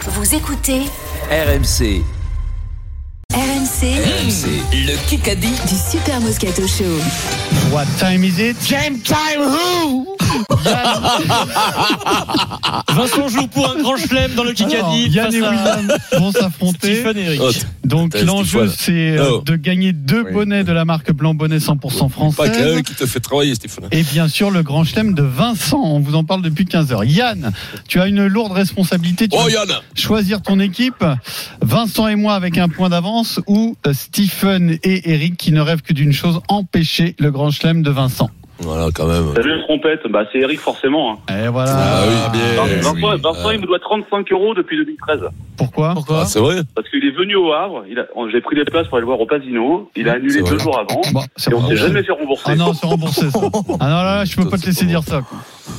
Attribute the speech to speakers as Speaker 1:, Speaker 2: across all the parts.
Speaker 1: Vous écoutez
Speaker 2: RMC,
Speaker 1: RMC
Speaker 2: RMC, le Kikadi.
Speaker 1: du Super Moscato Show.
Speaker 3: What time is it? Game time who?
Speaker 4: Vincent joue pour un grand chelem dans le Kikadi
Speaker 3: Yann
Speaker 4: face
Speaker 3: et
Speaker 4: à
Speaker 3: William vont s'affronter.
Speaker 4: Stephen Eric.
Speaker 5: Hot.
Speaker 3: Donc
Speaker 5: Putain,
Speaker 3: l'enjeu
Speaker 5: Stéphane.
Speaker 3: c'est euh,
Speaker 5: Oh.
Speaker 3: de gagner deux
Speaker 5: Oui.
Speaker 3: bonnets de la marque Blanc Bonnet 100%
Speaker 5: Pas qu'à
Speaker 3: française.
Speaker 5: eux qui te fait travailler, Stéphane.
Speaker 3: Et bien sûr le grand chelem de Vincent. On vous en parle depuis 15 heures. Yann, tu as une lourde responsabilité. Tu
Speaker 5: Oh,
Speaker 3: vas
Speaker 5: Yann
Speaker 3: choisir ton équipe. Vincent et moi avec un point d'avance ou euh, Stephen et Eric qui ne rêvent que d'une chose empêcher le grand chelem de Vincent.
Speaker 5: Voilà, quand même.
Speaker 6: Salut le trompette, bah c'est Eric forcément. hein.
Speaker 3: Et voilà.
Speaker 5: Ah oui, bien. Eh
Speaker 6: Vincent,
Speaker 5: oui,
Speaker 6: Vincent,
Speaker 5: euh.
Speaker 6: il me doit 35 euros depuis 2013
Speaker 3: Pourquoi
Speaker 5: Ah,
Speaker 4: Pourquoi
Speaker 5: c'est vrai
Speaker 6: parce qu'il est venu au Havre. Il a, on- j'ai pris des places pour aller le voir au Pasino. Il a annulé
Speaker 5: C'est
Speaker 6: deux
Speaker 5: vrai.
Speaker 6: jours avant
Speaker 3: Bon, c'est
Speaker 6: et on
Speaker 3: bon.
Speaker 6: s'est jamais fait rembourser.
Speaker 3: Ah non, c'est remboursé ça. Ah non, là, là je peux pas te laisser dire ça. quoi.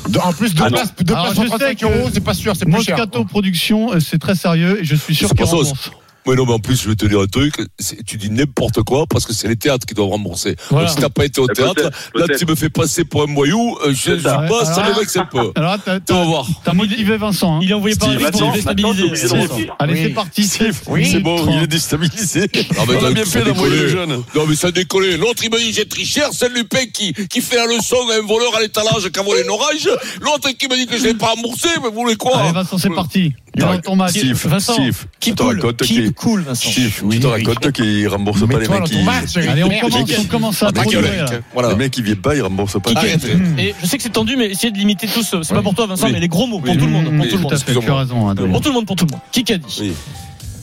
Speaker 7: De- en plus, deux
Speaker 6: Ah non.
Speaker 7: places, deux
Speaker 3: Alors,
Speaker 7: places
Speaker 3: je
Speaker 7: pour
Speaker 3: sais
Speaker 7: 35
Speaker 3: que
Speaker 7: euros, c'est pas sûr, c'est plus cher.
Speaker 3: Moscato Productions, euh, c'est très sérieux et je suis sûr
Speaker 5: C'est
Speaker 3: qu'ils
Speaker 5: pas ça,
Speaker 3: remboursent.
Speaker 5: Mais non, mais en plus, je vais te dire un truc. c'est- Tu dis n'importe quoi parce que c'est les théâtres qui doivent rembourser.
Speaker 3: Voilà.
Speaker 5: Donc, si t'as pas été au
Speaker 6: Eh,
Speaker 5: théâtre,
Speaker 6: peut-être,
Speaker 5: là,
Speaker 6: peut-être.
Speaker 5: tu me fais passer pour un moyou. euh, Je
Speaker 6: C'est
Speaker 5: je
Speaker 6: ça.
Speaker 5: passe, ça
Speaker 3: Alors-
Speaker 5: me vexe un peu.
Speaker 3: Alors là, t'as-
Speaker 5: Tu vas
Speaker 3: t'as
Speaker 5: voir.
Speaker 3: t'as motivé Vincent. hein.
Speaker 4: Il est envoyé par
Speaker 5: Steve,
Speaker 4: Eric pour
Speaker 6: maintenant,
Speaker 4: le déstabiliser.
Speaker 6: maintenant, t'es obligé de
Speaker 4: C'est
Speaker 6: rentrer.
Speaker 4: ça.
Speaker 3: Allez,
Speaker 7: Oui.
Speaker 3: c'est parti.
Speaker 7: Oui,
Speaker 3: c'est bon.
Speaker 7: déstabilisé.
Speaker 5: Ah, mais t'as- ça décollait.
Speaker 7: jeune.
Speaker 5: Non, mais ça décolle. L'autre, il me dit, j'ai triché. Arsène Lupin qui, qui fait la leçon à un voleur à l'étalage qui a volé une orange. L'autre qui me dit que je l'ai pas remboursé. Mais vous voulez quoi
Speaker 3: Allez, Vincent, c'est parti. Dans ton match.
Speaker 4: Vincent, keep cool, keep cool, Vincent.
Speaker 8: Chief, tu te racontes qu'ils remboursent pas les
Speaker 7: Mets-toi
Speaker 8: mecs
Speaker 7: dans ton
Speaker 8: qui.
Speaker 7: match, Eric.
Speaker 3: Allez, on
Speaker 7: Merde.
Speaker 3: commence, on commence à
Speaker 5: Ta gueule,
Speaker 3: produire.
Speaker 5: Eric.
Speaker 3: là.
Speaker 5: Voilà.
Speaker 8: Les mecs qui viennent pas, ils remboursent pas. les mecs.
Speaker 5: Arrêtez.
Speaker 4: Et je sais que c'est tendu, mais essayez de limiter tous. C'est pas
Speaker 8: Oui.
Speaker 4: pour toi, Vincent,
Speaker 5: Oui.
Speaker 4: mais les gros mots pour
Speaker 5: Oui.
Speaker 4: tout le monde. Pour
Speaker 5: Oui,
Speaker 4: tout le
Speaker 3: Tout à
Speaker 4: monde.
Speaker 3: fait, tu as raison. hein, Damien.
Speaker 4: Pour tout le monde, pour tout le monde. Kikadi.
Speaker 5: Oui.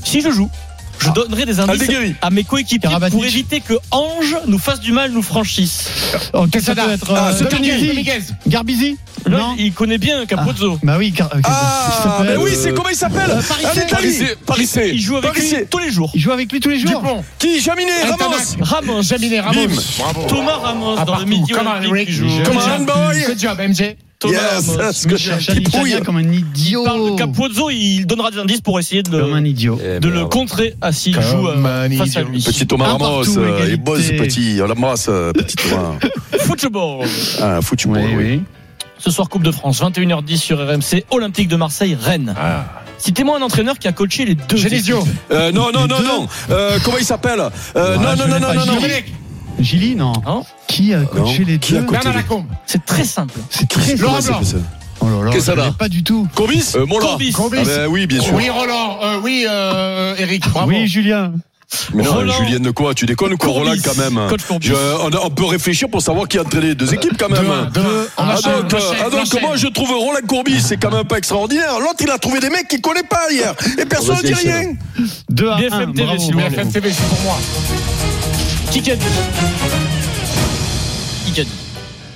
Speaker 4: Si je joue,
Speaker 8: Ah.
Speaker 4: je donnerai des indices
Speaker 8: Aldeguerri.
Speaker 4: à mes coéquipiers
Speaker 3: Karabatic.
Speaker 4: pour éviter que Ange nous fasse du mal, nous franchisse.
Speaker 3: Oh, qu'est-ce que ça
Speaker 7: Quesada.
Speaker 3: peut être
Speaker 7: Ah,
Speaker 3: euh,
Speaker 7: c'est Dominguez,
Speaker 3: Garbizi
Speaker 7: Dominguez.
Speaker 3: Garbizi
Speaker 4: Là,
Speaker 3: Non
Speaker 4: il connaît bien Capozzo.
Speaker 3: Bah oui, Gar-
Speaker 8: Ah,
Speaker 3: qu'est-ce que ça peut
Speaker 8: mais
Speaker 3: être
Speaker 8: oui, c'est comment il s'appelle Un Italie.
Speaker 5: Parissé, Parissé.
Speaker 4: Il joue avec
Speaker 8: Parisier.
Speaker 4: lui tous les jours.
Speaker 3: Il joue avec lui tous les jours
Speaker 7: Dupont,
Speaker 8: Qui Jaminet, Ramos
Speaker 7: Altamac,
Speaker 4: Ramos,
Speaker 7: Jaminet, Ramos.
Speaker 8: Bim.
Speaker 7: Bravo.
Speaker 4: Thomas Ramos
Speaker 7: À
Speaker 4: dans le
Speaker 7: partout.
Speaker 4: midi
Speaker 7: Come on,
Speaker 4: olympique
Speaker 7: Eric.
Speaker 4: qui joue.
Speaker 8: Come on, boy
Speaker 7: Ce job, MJ.
Speaker 4: Thomas
Speaker 8: Yes,
Speaker 4: Ramos.
Speaker 8: c'est ce que je
Speaker 3: Michel
Speaker 8: cherche. Qui
Speaker 3: Italien
Speaker 8: prouille
Speaker 3: comme un idiot.
Speaker 4: Parle de Capozzo, il donnera des indices pour essayer de
Speaker 3: Comme un
Speaker 4: le,
Speaker 3: idiot.
Speaker 4: de le contrer à s'il
Speaker 7: Comme
Speaker 4: joue euh,
Speaker 7: un
Speaker 4: face à
Speaker 7: idiot.
Speaker 4: lui.
Speaker 8: Petit Thomas
Speaker 3: Un
Speaker 8: Ramos,
Speaker 3: partout,
Speaker 8: euh,
Speaker 3: égalité.
Speaker 8: il bosse petit, on l'embrasse, euh, petit Thomas.
Speaker 4: Football.
Speaker 8: Ah, foutu moi,
Speaker 3: Oui,
Speaker 8: oui.
Speaker 3: oui.
Speaker 4: Ce soir, Coupe de France, 21h10 sur RMC, Olympique de Marseille, Rennes.
Speaker 8: Ah.
Speaker 4: Citez-moi un entraîneur qui a coaché les deux.
Speaker 7: Genesio.
Speaker 8: Euh, Non, non, non,
Speaker 3: Deux.
Speaker 8: non. Euh, Comment il s'appelle Euh,
Speaker 3: Voilà,
Speaker 8: Non,
Speaker 3: je
Speaker 8: non,
Speaker 3: l'ai
Speaker 8: non,
Speaker 3: pas
Speaker 8: non, non, non.
Speaker 3: dit.
Speaker 7: Domenech.
Speaker 3: Gilly, non.
Speaker 4: Non.
Speaker 3: Qui a coaché
Speaker 8: Non.
Speaker 3: les
Speaker 8: Qui a
Speaker 3: deux
Speaker 8: coaché
Speaker 7: Bernard Lacombe.
Speaker 4: C'est très simple.
Speaker 3: C'est très
Speaker 7: Laurent
Speaker 8: Comment
Speaker 7: Blanc.
Speaker 8: il s'appelle
Speaker 3: Oh là là,
Speaker 5: Qu'est-ce
Speaker 3: je
Speaker 5: que ça
Speaker 3: l'ai
Speaker 5: va
Speaker 3: pas du tout.
Speaker 8: Corbis
Speaker 5: Euh, Mola.
Speaker 4: Corbis.
Speaker 8: Ah
Speaker 7: Corbis.
Speaker 8: ben oui, bien sûr.
Speaker 7: Oui, Roland. Euh, Oui, euh, Eric. Bravo.
Speaker 3: Oui, Julien.
Speaker 8: Mais non,
Speaker 4: Roland.
Speaker 8: Julien de quoi Tu déconnes ou quoi, Roland,
Speaker 4: Courbis.
Speaker 8: quand même
Speaker 4: Coach Courbis.
Speaker 8: Je- on, on peut réfléchir pour savoir qui a entraîné les deux équipes, quand même.
Speaker 7: Demain, demain. On
Speaker 8: Ah
Speaker 7: enchaîne,
Speaker 8: donc,
Speaker 7: on
Speaker 8: euh,
Speaker 7: enchaîne,
Speaker 8: ah
Speaker 7: on
Speaker 8: donc
Speaker 7: enchaîne.
Speaker 8: moi je trouve Roland Courbis, c'est quand même pas extraordinaire. L'autre il a trouvé des mecs qu'il connaît pas hier et personne ne dit rien.
Speaker 3: 2 à 1.
Speaker 4: BFM TV,
Speaker 3: bravo. Ah,
Speaker 4: s'il vous plaît.
Speaker 7: BFM TV, c'est pour moi.
Speaker 4: Kikadi. Kikadi.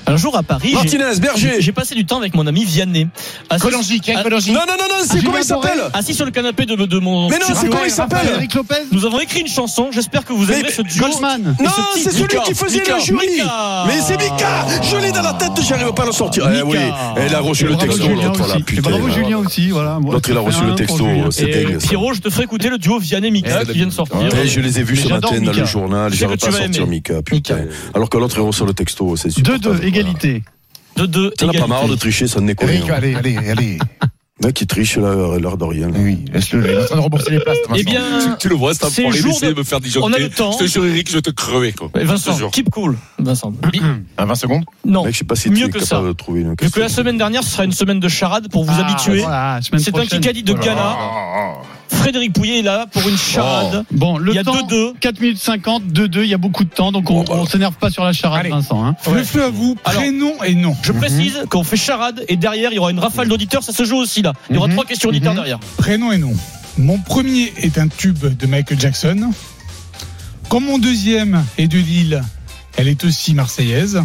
Speaker 4: Un jour à Paris, j'ai-
Speaker 8: Martinez, Berger.
Speaker 4: j'ai passé du temps avec mon ami Vianney. Assis,
Speaker 7: Colangi, Ken
Speaker 4: Ah,
Speaker 7: Colangi.
Speaker 8: Non non non non, c'est
Speaker 3: Julien
Speaker 8: comment il s'appelle
Speaker 3: Borel.
Speaker 4: assis sur le canapé de, de mon.
Speaker 8: Mais non,
Speaker 4: studio.
Speaker 8: c'est comment il s'appelle
Speaker 3: Eric Lopez
Speaker 4: Nous avons écrit une chanson. J'espère que vous
Speaker 8: Mais-
Speaker 4: aimerez ce duo.
Speaker 3: Goldman.
Speaker 8: Non,
Speaker 4: ce type,
Speaker 8: c'est celui
Speaker 5: Mika,
Speaker 8: qui faisait
Speaker 5: Mika,
Speaker 8: le jury.
Speaker 4: Mika.
Speaker 8: Mais c'est Mika. Je l'ai dans la tête, j'arrive pas à le sortir. Eh
Speaker 4: Mika.
Speaker 8: oui, elle a reçu le
Speaker 3: Bravo
Speaker 8: texto
Speaker 3: Julien
Speaker 8: l'autre là,
Speaker 3: aussi. Et
Speaker 8: putain.
Speaker 3: bravo Julien aussi, voilà. Bon,
Speaker 8: L'autre il a
Speaker 3: ça fait
Speaker 8: reçu
Speaker 3: un
Speaker 8: le
Speaker 3: pour
Speaker 8: texto,
Speaker 3: Julien.
Speaker 8: c'est
Speaker 4: Et
Speaker 8: dingue. ça.
Speaker 4: Pierrot, je te ferai écouter le duo Vianney Mika qui vient de sortir.
Speaker 8: Eh, je les ai vus
Speaker 3: Mais
Speaker 8: ce
Speaker 3: j'adore
Speaker 8: matin dans
Speaker 3: Mika.
Speaker 8: le journal,
Speaker 4: Je sais
Speaker 8: j'arrive
Speaker 4: que tu
Speaker 8: pas à
Speaker 4: vas
Speaker 8: sortir
Speaker 4: aimer.
Speaker 8: Mika, putain.
Speaker 4: Mika.
Speaker 8: Alors que l'autre il reçoit le texto, c'est super.
Speaker 3: 2-2, égalité.
Speaker 4: De deux.
Speaker 8: T'en as pas
Speaker 4: égalité.
Speaker 8: marre de tricher, ça n'est quoi.
Speaker 7: Eric, allez, allez, allez.
Speaker 8: Mec qui triche là, l'heure de rien. là.
Speaker 7: Oui, laisse-le. Il est en train de rembourser les places.
Speaker 4: Eh
Speaker 7: maintenant.
Speaker 4: bien,
Speaker 5: Tu le vois, c'est un
Speaker 4: Ces
Speaker 5: point
Speaker 4: jours
Speaker 5: d'essayer
Speaker 4: de-
Speaker 5: de me faire
Speaker 4: on a le
Speaker 5: disjoncter.
Speaker 4: temps.
Speaker 5: Je te jure, Eric, je vais te crever, quoi. Je te
Speaker 4: Vincent,
Speaker 5: jure.
Speaker 4: keep cool. Vincent.
Speaker 7: À 20 Ah, secondes.
Speaker 4: Non.
Speaker 8: Mec, je sais pas si
Speaker 4: Mieux
Speaker 8: tu es
Speaker 4: que
Speaker 8: capable
Speaker 4: ça.
Speaker 8: de trouver une
Speaker 4: Vu que
Speaker 8: question.
Speaker 4: la semaine dernière, ce sera une semaine de charade pour vous
Speaker 3: Ah,
Speaker 4: habituer.
Speaker 3: voilà, semaine
Speaker 4: C'est un
Speaker 3: prochaine.
Speaker 4: Kikadi de Ghana.
Speaker 7: Ah, ah,
Speaker 4: Frédéric Pouillet est là pour une charade.
Speaker 3: Bon, le
Speaker 4: Il y a
Speaker 3: temps,
Speaker 4: 2-2.
Speaker 3: 4 minutes 50, 2-2, il y a beaucoup de temps, donc on, on s'énerve pas sur la charade,
Speaker 7: Allez.
Speaker 3: Vincent. hein.
Speaker 7: Ouais.
Speaker 9: feu à vous,
Speaker 4: Alors-
Speaker 9: prénom et nom.
Speaker 3: Mhm.
Speaker 4: Je précise qu'on fait charade et derrière, il y aura une rafale d'auditeurs. Ça se joue aussi là. Il y aura
Speaker 3: Mhm.
Speaker 4: trois questions auditeurs
Speaker 3: Mhm.
Speaker 4: derrière.
Speaker 9: Prénom et nom. Mon premier est un tube de Michael Jackson. Comme mon deuxième est de Lille, elle est aussi marseillaise.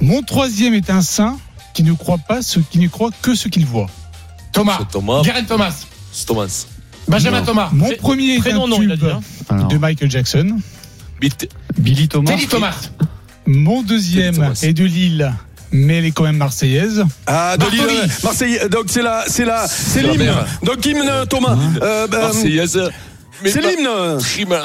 Speaker 9: Mon troisième est un saint qui ne croit pas ce qui ne croit que ce qu'il voit.
Speaker 7: ah. Thomas.
Speaker 5: C'est Thomas.
Speaker 7: Guérin Thomas.
Speaker 5: C'est Thomas.
Speaker 7: Benjamin Thomas.
Speaker 9: Mon
Speaker 4: Pré-
Speaker 9: premier est
Speaker 4: prénom,
Speaker 9: un
Speaker 4: non, il
Speaker 9: tube
Speaker 4: a dit, hein.
Speaker 3: Alors,
Speaker 9: de Michael Jackson.
Speaker 5: Bit-
Speaker 3: Ah Billy Thomas.
Speaker 7: Teddy Thomas.
Speaker 9: Mon
Speaker 5: C'est
Speaker 9: deuxième
Speaker 5: Thomas.
Speaker 9: est de Lille, mais elle est quand même marseillaise.
Speaker 8: Ah, donc,
Speaker 7: Bartoli.
Speaker 8: euh, Marseille, donc c'est la, c'est la, c'est
Speaker 5: la
Speaker 8: l'hymne.
Speaker 5: mère.
Speaker 8: Donc hymne Thomas. Euh, ben,
Speaker 5: Marseillaise. Mais
Speaker 8: C'est
Speaker 5: pas-
Speaker 8: l'hymne.
Speaker 5: Trima.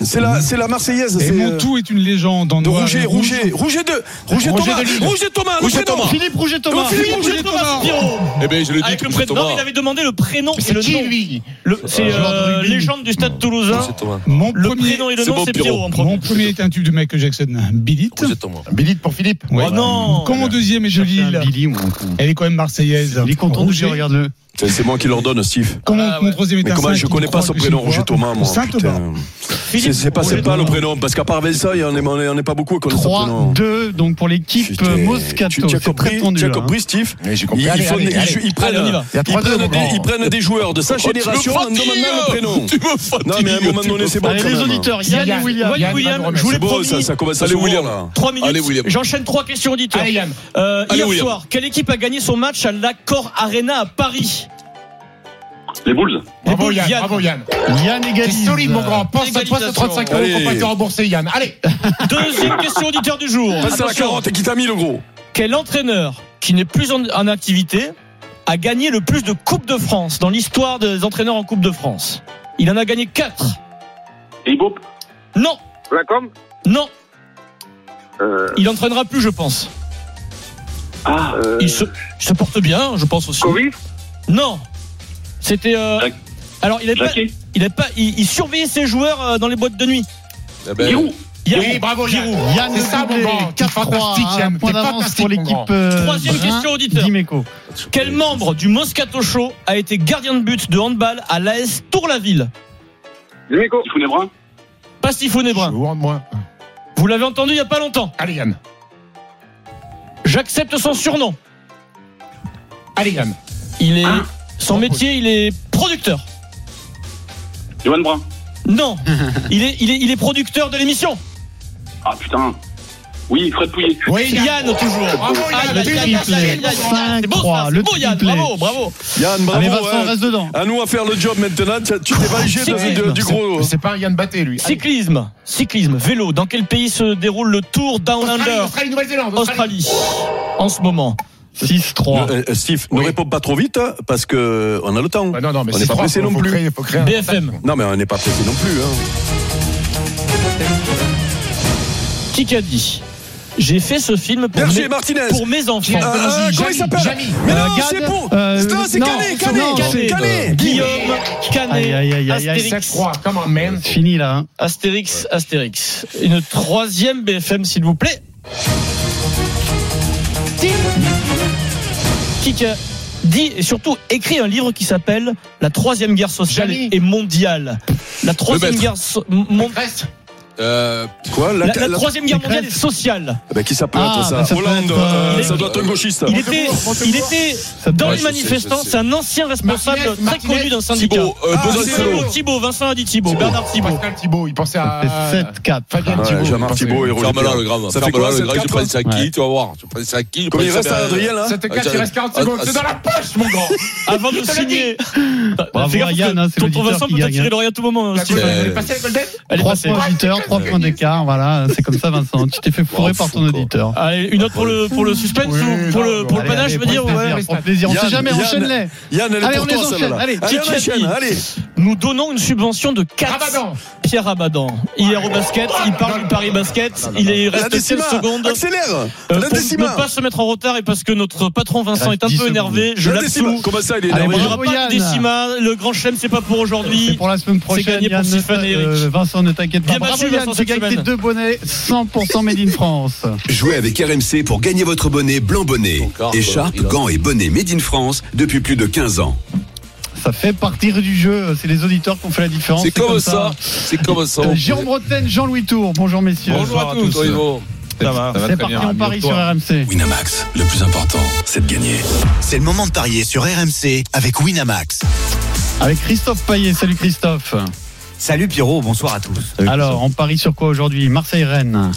Speaker 8: C'est la, c'est la Marseillaise.
Speaker 9: Et
Speaker 8: C'est
Speaker 9: mon
Speaker 8: euh,
Speaker 9: tout est une légende en
Speaker 8: de
Speaker 9: noir et
Speaker 8: Rouget,
Speaker 9: rouge.
Speaker 8: Rouget, Rouget 2, Rouget
Speaker 7: Rouget
Speaker 8: Thomas,
Speaker 7: de Lille.
Speaker 8: Rouget Thomas,
Speaker 5: Rouget
Speaker 8: le prénom.
Speaker 5: Thomas.
Speaker 3: Philippe Rouget Thomas.
Speaker 8: Oh, Philippe
Speaker 4: Philippe
Speaker 8: Rouget
Speaker 4: Thomas Spiro.
Speaker 5: Eh bien, je le dis
Speaker 4: Avec ben, le
Speaker 5: Rouget
Speaker 4: prénom,
Speaker 5: Thomas.
Speaker 4: il avait demandé le prénom et
Speaker 7: C'est
Speaker 4: le
Speaker 7: qui
Speaker 4: nom.
Speaker 7: lui
Speaker 4: Le- C'est
Speaker 3: Joueur de
Speaker 4: euh,
Speaker 3: rugby.
Speaker 4: légende du stade toulousain.
Speaker 5: Rouget Thomas.
Speaker 9: Mon
Speaker 4: Le
Speaker 9: premier,
Speaker 4: prénom et le
Speaker 5: C'est
Speaker 4: nom,
Speaker 5: bon,
Speaker 4: c'est
Speaker 5: Pierrot.
Speaker 4: Pierrot en premier.
Speaker 9: mon premier est un tube de Michael Jackson, Bill It.
Speaker 5: Rouget Thomas.
Speaker 7: Billy pour Philippe.
Speaker 9: Ouais.
Speaker 4: Oh non
Speaker 9: Quand mon deuxième est de
Speaker 3: Cherchez un
Speaker 9: Lille,
Speaker 3: Billy, mon
Speaker 9: elle est quand même marseillaise.
Speaker 3: Il est content de
Speaker 9: Rouget.
Speaker 3: jouer, regarde-le.
Speaker 8: C'est c'est moi qui l'ordonne, Steve.
Speaker 9: Quand mon-
Speaker 4: Ah ouais.
Speaker 9: mon troisième est
Speaker 8: Mais
Speaker 9: un
Speaker 8: comment
Speaker 9: saint
Speaker 8: je
Speaker 9: qui
Speaker 8: connais
Speaker 9: croit
Speaker 8: pas son
Speaker 9: que je
Speaker 8: prénom,
Speaker 9: suis
Speaker 8: Roger
Speaker 9: roi.
Speaker 8: Thomas, moi.
Speaker 9: Saint Thomas.
Speaker 8: putain. C'est c'est pas, c'est pas le prénom, parce qu'à part Vincent, il y en a- on est- on n'est pas beaucoup à connaître son prénom.
Speaker 3: 3-2, donc pour l'équipe euh,
Speaker 8: Putain,
Speaker 3: Moscato.
Speaker 8: tu- Tu as
Speaker 3: C'est très
Speaker 8: compris,
Speaker 3: tendu,
Speaker 8: tu as
Speaker 3: là, hein.
Speaker 8: compris, Steve
Speaker 7: Mais j'ai compris.
Speaker 8: Ils
Speaker 7: Allez,
Speaker 8: font-
Speaker 7: allez, allez.
Speaker 8: ils- ils prennent
Speaker 4: Allez, on y va.
Speaker 7: Il y a
Speaker 8: ils
Speaker 7: 3-2,
Speaker 8: prennent
Speaker 7: mon
Speaker 8: des-
Speaker 7: grand.
Speaker 8: ils prennent des joueurs de sa
Speaker 5: Oh, tu me
Speaker 8: génération en donnant
Speaker 5: fatigues.
Speaker 8: le prénom.
Speaker 5: Tu me fatigues.
Speaker 8: Non, mais à un moment
Speaker 5: tu
Speaker 8: donné,
Speaker 5: me
Speaker 8: c'est bon.
Speaker 3: Allez,
Speaker 8: quand
Speaker 3: les
Speaker 8: même.
Speaker 3: auditeurs,
Speaker 4: Yann
Speaker 3: Yann
Speaker 4: et William,
Speaker 7: Yann,
Speaker 4: William,
Speaker 7: William,
Speaker 4: je vous
Speaker 8: C'est
Speaker 4: l'ai
Speaker 8: beau, ça,
Speaker 4: promis,
Speaker 8: ça commence à
Speaker 5: Allez,
Speaker 8: se voir,
Speaker 5: William.
Speaker 8: là.
Speaker 4: 3 minutes.
Speaker 5: Allez, William.
Speaker 4: J'enchaîne trois questions auditeurs.
Speaker 7: Allez, Yann.
Speaker 4: Euh,
Speaker 5: Allez,
Speaker 4: hier
Speaker 5: William.
Speaker 4: soir, quelle équipe a gagné son match à l'Accor Arena à Paris
Speaker 6: Les Bulls
Speaker 7: Bravo
Speaker 4: Les Bulls,
Speaker 7: Yann, bravo Yann.
Speaker 3: Yann
Speaker 7: C'est
Speaker 3: égalise.
Speaker 7: solide, mon grand. Pense à toi, ce
Speaker 4: Égalisation.
Speaker 7: 35 euros qu'on
Speaker 8: Allez.
Speaker 7: peut te rembourser, Yann. Allez.
Speaker 4: Deuxième question auditeur du jour.
Speaker 8: Passe à la
Speaker 4: Attention.
Speaker 8: 40 et qui t'a mis le gros
Speaker 4: Quel entraîneur qui n'est plus en, en activité a gagné le plus de Coupes de France dans l'histoire des entraîneurs en Coupe de France Il en a gagné 4.
Speaker 6: Et Ibop
Speaker 4: Non,
Speaker 6: Lacombe
Speaker 4: non,
Speaker 6: euh,
Speaker 4: il entraînera plus, je pense.
Speaker 6: Ah, Eh euh,
Speaker 4: Il se, il se porte bien, je pense aussi.
Speaker 6: Covid
Speaker 4: Non, c'était. euh,
Speaker 6: Jacques-
Speaker 4: alors, il est pas,
Speaker 6: Jacquet
Speaker 4: il est pas, il, il surveillait ses joueurs euh, dans les boîtes de nuit.
Speaker 5: Eh ben,
Speaker 6: Giroud
Speaker 4: Il y a-
Speaker 7: Oui, bravo Yann.
Speaker 3: Yann
Speaker 7: C'est ça, mon grand. T'es fantastique,
Speaker 3: 4-3, un
Speaker 7: Yann.
Speaker 3: point
Speaker 7: T'es
Speaker 3: d'avance pour
Speaker 7: fantastique, mon grand.
Speaker 3: l'équipe. euh,
Speaker 4: Troisième
Speaker 3: Brun
Speaker 4: question auditeur.
Speaker 3: d'Imeco.
Speaker 4: Quel membre du Moscato Show a été gardien de but de handball à l'AS Tour-la-Ville
Speaker 6: Dimeco Brun
Speaker 4: Pas Stéphane
Speaker 7: Je
Speaker 4: Brun.
Speaker 7: vous rends de moi.
Speaker 4: Vous l'avez entendu il y a pas longtemps.
Speaker 7: Allez Yann.
Speaker 4: J'accepte son surnom.
Speaker 7: Allez Yann.
Speaker 4: Il est
Speaker 7: Ah.
Speaker 6: Hein
Speaker 4: son métier, il est producteur.
Speaker 6: Johan Brun
Speaker 4: Non, il est il est il est producteur de l'émission.
Speaker 6: Ah putain Oui, Fred Pouillet
Speaker 7: Oui Yann.
Speaker 4: Yann toujours. Ah,
Speaker 7: Bravo, Yann,
Speaker 4: Aïe,
Speaker 7: le
Speaker 4: aïe, aïe, aïe,
Speaker 3: triplé.
Speaker 4: aïe, aïe, aïe, aïe. C'est beau, ça,
Speaker 3: 5-3,
Speaker 4: c'est
Speaker 3: le
Speaker 4: beau, Yann.
Speaker 3: triplé.
Speaker 4: Bravo, bravo.
Speaker 8: Yann, bravo.
Speaker 3: Allez, Vincent,
Speaker 8: hein.
Speaker 3: reste dedans.
Speaker 8: À nous à faire le job maintenant. Tu tu t'es pas léché de- de- du gros.
Speaker 7: C'est pas un Yann Batté lui. Allez.
Speaker 4: Cyclisme, cyclisme, vélo. Dans quel pays se déroule le Tour Down
Speaker 7: Australie,
Speaker 4: Under
Speaker 7: Australie, Nouvelle-Zélande.
Speaker 4: Australie. En ce moment.
Speaker 3: 6-3.
Speaker 8: Euh, euh, Steve, ne
Speaker 7: Oui.
Speaker 8: réponds pas trop vite hein, parce que on a le temps.
Speaker 7: Bah non, non, mais
Speaker 8: On
Speaker 7: c'est
Speaker 8: n'est pas
Speaker 7: trois,
Speaker 8: pressé
Speaker 7: faut-
Speaker 8: non
Speaker 7: faut
Speaker 8: plus.
Speaker 7: créer- faut créer un-
Speaker 4: BFM.
Speaker 8: Non, mais on n'est pas pressé non plus. hein.
Speaker 4: Qui qu'a dit J'ai fait ce film pour,
Speaker 8: Berger
Speaker 4: mes,
Speaker 8: Martinez.
Speaker 4: pour mes enfants.
Speaker 8: Euh, euh, comment il s'appelle
Speaker 7: Jamy.
Speaker 8: Mais
Speaker 3: Euh,
Speaker 8: non,
Speaker 3: Gad,
Speaker 8: c'est bon.
Speaker 3: euh,
Speaker 8: Non, c'est
Speaker 3: non,
Speaker 8: Canet,
Speaker 3: non,
Speaker 8: Canet,
Speaker 4: c'est-
Speaker 8: Canet.
Speaker 4: Euh, Guillaume Canet.
Speaker 3: Aïe, aïe, aïe, aïe, aïe.
Speaker 4: Astérix.
Speaker 7: 7-3, come on, man.
Speaker 3: Fini là. hein.
Speaker 4: Astérix, Astérix. Une troisième BFM, s'il vous plaît. Qui qu'a dit et surtout écrit un livre qui s'appelle La troisième guerre sociale
Speaker 7: Jamy.
Speaker 4: et mondiale. La troisième
Speaker 5: maître.
Speaker 4: guerre so- mon-
Speaker 7: Reste.
Speaker 5: euh,
Speaker 8: Quoi
Speaker 4: la,
Speaker 8: la,
Speaker 4: la
Speaker 8: la-
Speaker 4: troisième guerre mondiale est sociale.
Speaker 8: Bah, Qui ça peut
Speaker 3: Ah,
Speaker 8: être ça
Speaker 3: bah, ça peut
Speaker 8: Hollande.
Speaker 3: être, euh,
Speaker 8: euh, Ça
Speaker 4: les-
Speaker 8: doit être un gauchiste.
Speaker 4: Il était, il était dans
Speaker 5: Ouais,
Speaker 4: les
Speaker 5: je sais,
Speaker 4: manifestants.
Speaker 5: je sais.
Speaker 4: C'est un ancien responsable
Speaker 7: Martinez,
Speaker 4: très
Speaker 7: Martinez,
Speaker 4: connu d'un syndicat.
Speaker 5: Thibaut, euh,
Speaker 8: Ah,
Speaker 5: Besançon.
Speaker 8: c'est
Speaker 4: Thibaut, Thibaut, Vincent a dit Thibaut, Bernard Thibaut.
Speaker 7: Pascal Thibault, il pensait
Speaker 3: Ça
Speaker 7: à.
Speaker 10: Ah,
Speaker 3: fait 7-4.
Speaker 7: Fabien
Speaker 8: Ouais,
Speaker 7: Thibault.
Speaker 8: Jean-Marc
Speaker 7: il pensait-
Speaker 8: Thibault et Roger
Speaker 5: Ferme-la,
Speaker 8: Pierre.
Speaker 5: le grand.
Speaker 8: Ça fait
Speaker 5: Ferme-la, le
Speaker 8: quoi,
Speaker 5: grand. Je
Speaker 8: 7-4,
Speaker 5: prends ça à
Speaker 3: Ouais.
Speaker 5: qui Tu vas voir. Je prends ça à qui je
Speaker 8: Comme
Speaker 5: prends
Speaker 8: il
Speaker 5: ça
Speaker 8: reste
Speaker 5: bien-
Speaker 8: à Adrien là
Speaker 7: 7-4, il reste 40 secondes. C'est dans la poche, mon grand.
Speaker 4: Avant de signer. Bah,
Speaker 3: Bravo
Speaker 4: Fais gaffe,
Speaker 3: à Yann,
Speaker 4: parce que
Speaker 3: hein, c'est
Speaker 4: ton- ton
Speaker 3: l'auditeur
Speaker 4: Vincent
Speaker 3: qui
Speaker 4: peut
Speaker 3: gagne,
Speaker 4: t'attirer
Speaker 3: hein.
Speaker 4: l'oreille à tout moment.
Speaker 7: La
Speaker 4: Steve.
Speaker 7: Golden, elle est passée, la Golden
Speaker 4: Elle est
Speaker 3: 3
Speaker 4: passée.
Speaker 3: points auditeur, 3 points d'écart. Voilà, c'est comme ça, Vincent. Tu t'es fait fourrer
Speaker 5: Oh,
Speaker 3: par ton
Speaker 5: fou, quoi.
Speaker 3: auditeur.
Speaker 4: Allez, une autre pour le, pour le suspense
Speaker 7: Oui,
Speaker 4: ou pour
Speaker 7: non,
Speaker 4: le, pour le
Speaker 3: Allez,
Speaker 4: panache,
Speaker 3: allez,
Speaker 4: je veux dire.
Speaker 3: prends
Speaker 4: ouais.
Speaker 3: plaisir, prends plaisir. On
Speaker 8: Yann,
Speaker 3: sait jamais,
Speaker 8: Yann,
Speaker 3: enchaîne-les.
Speaker 8: Yann, elle est
Speaker 3: Allez,
Speaker 8: pour
Speaker 3: on les
Speaker 8: toi,
Speaker 3: enchaîne,
Speaker 8: celle-là.
Speaker 3: allez.
Speaker 8: Allez,
Speaker 4: Qui
Speaker 8: on
Speaker 4: a dit
Speaker 8: enchaîne, allez.
Speaker 4: euh, Nous donnons une subvention de 4
Speaker 7: Rabadan.
Speaker 4: Pierre Abadan. Hier au basket, il parle du Paris Basket, il est-
Speaker 8: La
Speaker 4: reste 16
Speaker 8: décima,
Speaker 4: secondes.
Speaker 8: accélère
Speaker 4: Euh,
Speaker 8: La
Speaker 4: pour ne
Speaker 8: décima
Speaker 4: pas se mettre en retard et parce que notre patron Vincent est
Speaker 3: Reste
Speaker 4: un
Speaker 3: 10
Speaker 4: peu énervé, je
Speaker 8: La décima
Speaker 4: l'absous.
Speaker 8: Comment ça, il est
Speaker 3: Allez,
Speaker 4: Il
Speaker 8: énervé
Speaker 4: n'y
Speaker 3: bravo,
Speaker 4: aura pas
Speaker 3: Yann.
Speaker 4: de décima, le grand chelem c'est pas pour
Speaker 3: C'est
Speaker 4: aujourd'hui.
Speaker 3: pour la semaine prochaine.
Speaker 4: gagné pour
Speaker 3: Yann, ne-
Speaker 4: Stéphane et Eric.
Speaker 3: euh, Vincent, ne t'inquiète pas.
Speaker 4: Bien
Speaker 3: Bravo, Yann,
Speaker 4: battu, Vincent,
Speaker 3: tu
Speaker 4: cette
Speaker 3: gagnes tes
Speaker 4: semaine.
Speaker 3: deux bonnets 100% Made in France.
Speaker 11: Jouez avec RMC pour gagner votre bonnet blanc bonnet.
Speaker 5: Encore,
Speaker 11: Écharpe,
Speaker 5: il a-
Speaker 11: gants et bonnet made in France depuis plus de 15 ans.
Speaker 3: Ça fait partir du jeu. hein. C'est les auditeurs qui ont fait la différence.
Speaker 5: C'est comme ça. C'est comme ça.
Speaker 3: Euh, Jérôme Rotten, Jean-Louis Tour. Bonjour, messieurs.
Speaker 7: Bonjour à tous.
Speaker 5: Toi, Yvon.
Speaker 3: C'est parti en Paris sur
Speaker 7: hein.
Speaker 3: RMC.
Speaker 11: Winamax, le plus important, c'est de gagner.
Speaker 12: C'est le moment de parier sur RMC avec Winamax.
Speaker 3: Avec Christophe Payet. Salut, Christophe.
Speaker 12: Salut Pierrot, bonsoir à tous.
Speaker 3: Alors, on parie sur quoi aujourd'hui Marseille-Rennes.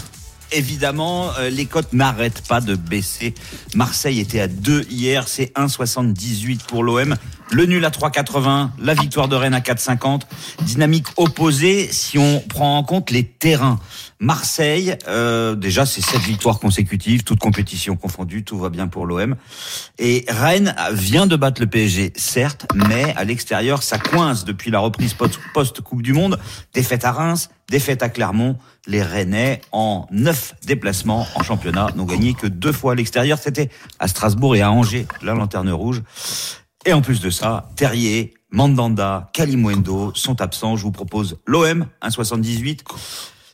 Speaker 12: Évidemment, euh, les cotes n'arrêtent pas de baisser. Marseille était à 2 hier, c'est 1,78 pour l'OM,
Speaker 10: le nul à 3,80, la victoire de Rennes à 4,50. Dynamique opposée si on prend en compte les terrains. Marseille, euh, déjà c'est sept victoires consécutives, toutes compétitions confondues, tout va bien pour l'OM. Et Rennes vient de battre le PSG, certes, mais à l'extérieur ça coince depuis la reprise post- post-Coupe du Monde. Défaite à Reims, défaite à Clermont. Les Rennais en neuf déplacements en championnat n'ont gagné que deux fois à l'extérieur. C'était à Strasbourg et à Angers, la lanterne rouge. Et en plus de ça, Terrier, Mandanda, Kalimwendo sont absents. Je vous propose l'OM, 1,78.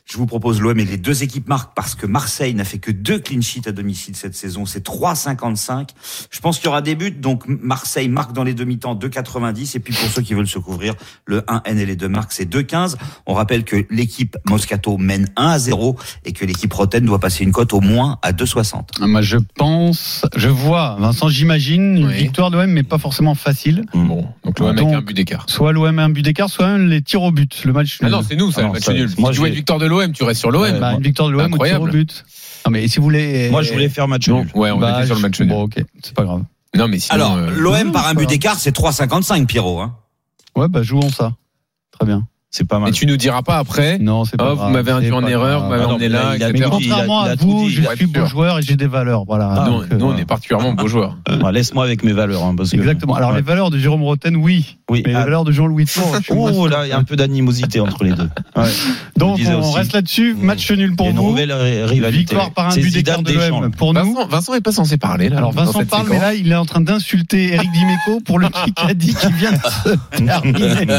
Speaker 10: Je vous propose l'OM et les deux équipes marquent parce que Marseille n'a fait que deux clean sheets à domicile cette saison. C'est 3,55. Je pense qu'il y aura des buts. Donc Marseille marque dans les demi-temps 2,90. Et puis pour ceux qui veulent se couvrir, le 1N et les deux marques, c'est 2,15. On rappelle que l'équipe Moscato mène 1 à 0 et que l'équipe Roten doit passer une cote au moins à 2,60.
Speaker 3: Ah, Moi, je pense, je vois, Vincent, j'imagine une victoire de l'OM, mais pas forcément facile.
Speaker 7: Bon, donc l'OM avec un but d'écart.
Speaker 3: Soit l'OM a un but d'écart, soit un, les tirs au but. Le match
Speaker 7: Ah
Speaker 3: nul.
Speaker 7: non, c'est nous, ça,
Speaker 3: Ah
Speaker 7: le
Speaker 3: non,
Speaker 7: match nul. Si tu jouais
Speaker 3: j'ai-
Speaker 7: une victoire de l'OM, tu restes sur l'OM.
Speaker 3: Ouais, bah, une victoire de l'OM ou tir au
Speaker 7: Incroyable.
Speaker 3: but. Non, mais si vous voulez.
Speaker 7: Moi, je voulais bah, faire match nul. Ouais, on était sur le match nul.
Speaker 3: Bon, ok, c'est pas grave.
Speaker 7: Non, mais sinon,
Speaker 10: Alors,
Speaker 7: euh,
Speaker 10: l'OM
Speaker 3: non,
Speaker 10: par un
Speaker 3: c'est
Speaker 10: but
Speaker 3: pas-
Speaker 10: d'écart, c'est 3,55, Pierrot. Hein.
Speaker 3: Ouais, bah, jouons ça. Très bien.
Speaker 7: C'est pas
Speaker 3: mal.
Speaker 7: Et tu nous diras pas après.
Speaker 3: Non, c'est pas
Speaker 7: Oh,
Speaker 3: grave,
Speaker 7: vous m'avez
Speaker 3: c'est
Speaker 7: induit en
Speaker 3: pas
Speaker 7: erreur, vous
Speaker 3: grave.
Speaker 7: m'avez
Speaker 3: Ah non,
Speaker 7: emmené
Speaker 3: mais
Speaker 7: là,
Speaker 3: il a-
Speaker 7: etc.
Speaker 3: mais contrairement à vous, je suis bon joueur et j'ai des valeurs. Voilà.
Speaker 7: Ah,
Speaker 3: Donc,
Speaker 7: nous, nous,
Speaker 3: euh,
Speaker 7: on est particulièrement beaux joueurs.
Speaker 4: Euh, bah, Laisse-moi avec mes valeurs. hein, parce que-
Speaker 3: Exactement. Alors, les valeurs de Jérôme Roten, oui.
Speaker 4: Oui.
Speaker 3: Mais
Speaker 4: Ah.
Speaker 3: les valeurs de Jean-Louis Tour, je suis moins
Speaker 4: Oh
Speaker 3: sûr.
Speaker 4: là, il y a un peu d'animosité entre les deux.
Speaker 3: Donc,
Speaker 4: Je le disais
Speaker 3: on
Speaker 4: aussi.
Speaker 3: reste là-dessus. Match nul pour
Speaker 4: Il y a une
Speaker 3: vous.
Speaker 4: nouvelle ri- rivalité.
Speaker 3: Victoire par un
Speaker 4: C'est
Speaker 3: but d'écart
Speaker 4: Zidane
Speaker 3: de l'OM
Speaker 4: Deschamps.
Speaker 3: pour nous.
Speaker 7: Vincent, Vincent est pas censé parler là.
Speaker 3: Alors,
Speaker 7: dans
Speaker 3: Vincent
Speaker 7: cette
Speaker 3: parle, mais
Speaker 7: séquence.
Speaker 3: là, il est en train d'insulter Eric Dimeco pour le Kikadi qui vient de se terminer.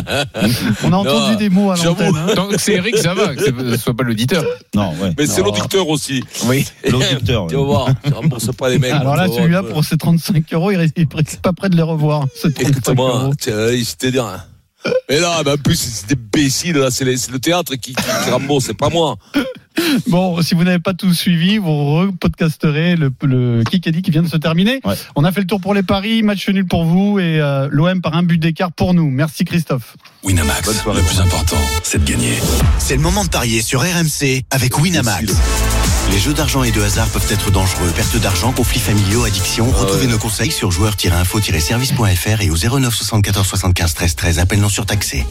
Speaker 3: On a entendu
Speaker 8: Non,
Speaker 3: des mots à l'antenne. hein.
Speaker 7: Tant que c'est Eric, ça va, que ce soit pas l'auditeur.
Speaker 4: Non, ouais.
Speaker 8: Mais c'est
Speaker 4: Non,
Speaker 8: l'auditeur aussi.
Speaker 7: Oui.
Speaker 4: L'auditeur.
Speaker 8: Tu vas voir, tu rembourses pas les mecs.
Speaker 3: Alors là,
Speaker 8: tu vas
Speaker 3: celui-là,
Speaker 8: voir,
Speaker 3: pour ses 35 euros, il reste il reste pas près de les revoir. ces 35
Speaker 8: Écoute-moi,
Speaker 3: euros.
Speaker 8: tiens, il s'était dit. hein. Mais là, mais en plus, c'est des imbéciles, là, c'est les- c'est le théâtre qui, qui, qui rembourse, c'est pas moi.
Speaker 3: Bon, si vous n'avez pas tout suivi, vous repodcasterez le, le Kikadi qui vient de se terminer.
Speaker 4: Ouais.
Speaker 3: On a fait le tour pour les paris, match nul pour vous et euh, l'OM par un but d'écart pour nous. Merci Christophe.
Speaker 13: Winamax, le plus important, c'est de gagner.
Speaker 14: C'est le moment de parier sur RMC avec Winamax. Les jeux d'argent et de hasard peuvent être dangereux. Perte d'argent, conflits familiaux, addiction.
Speaker 4: Ah
Speaker 14: Retrouvez nos conseils sur joueurs-info-service.fr et au 09 74 75 13 13. Appel non surtaxé.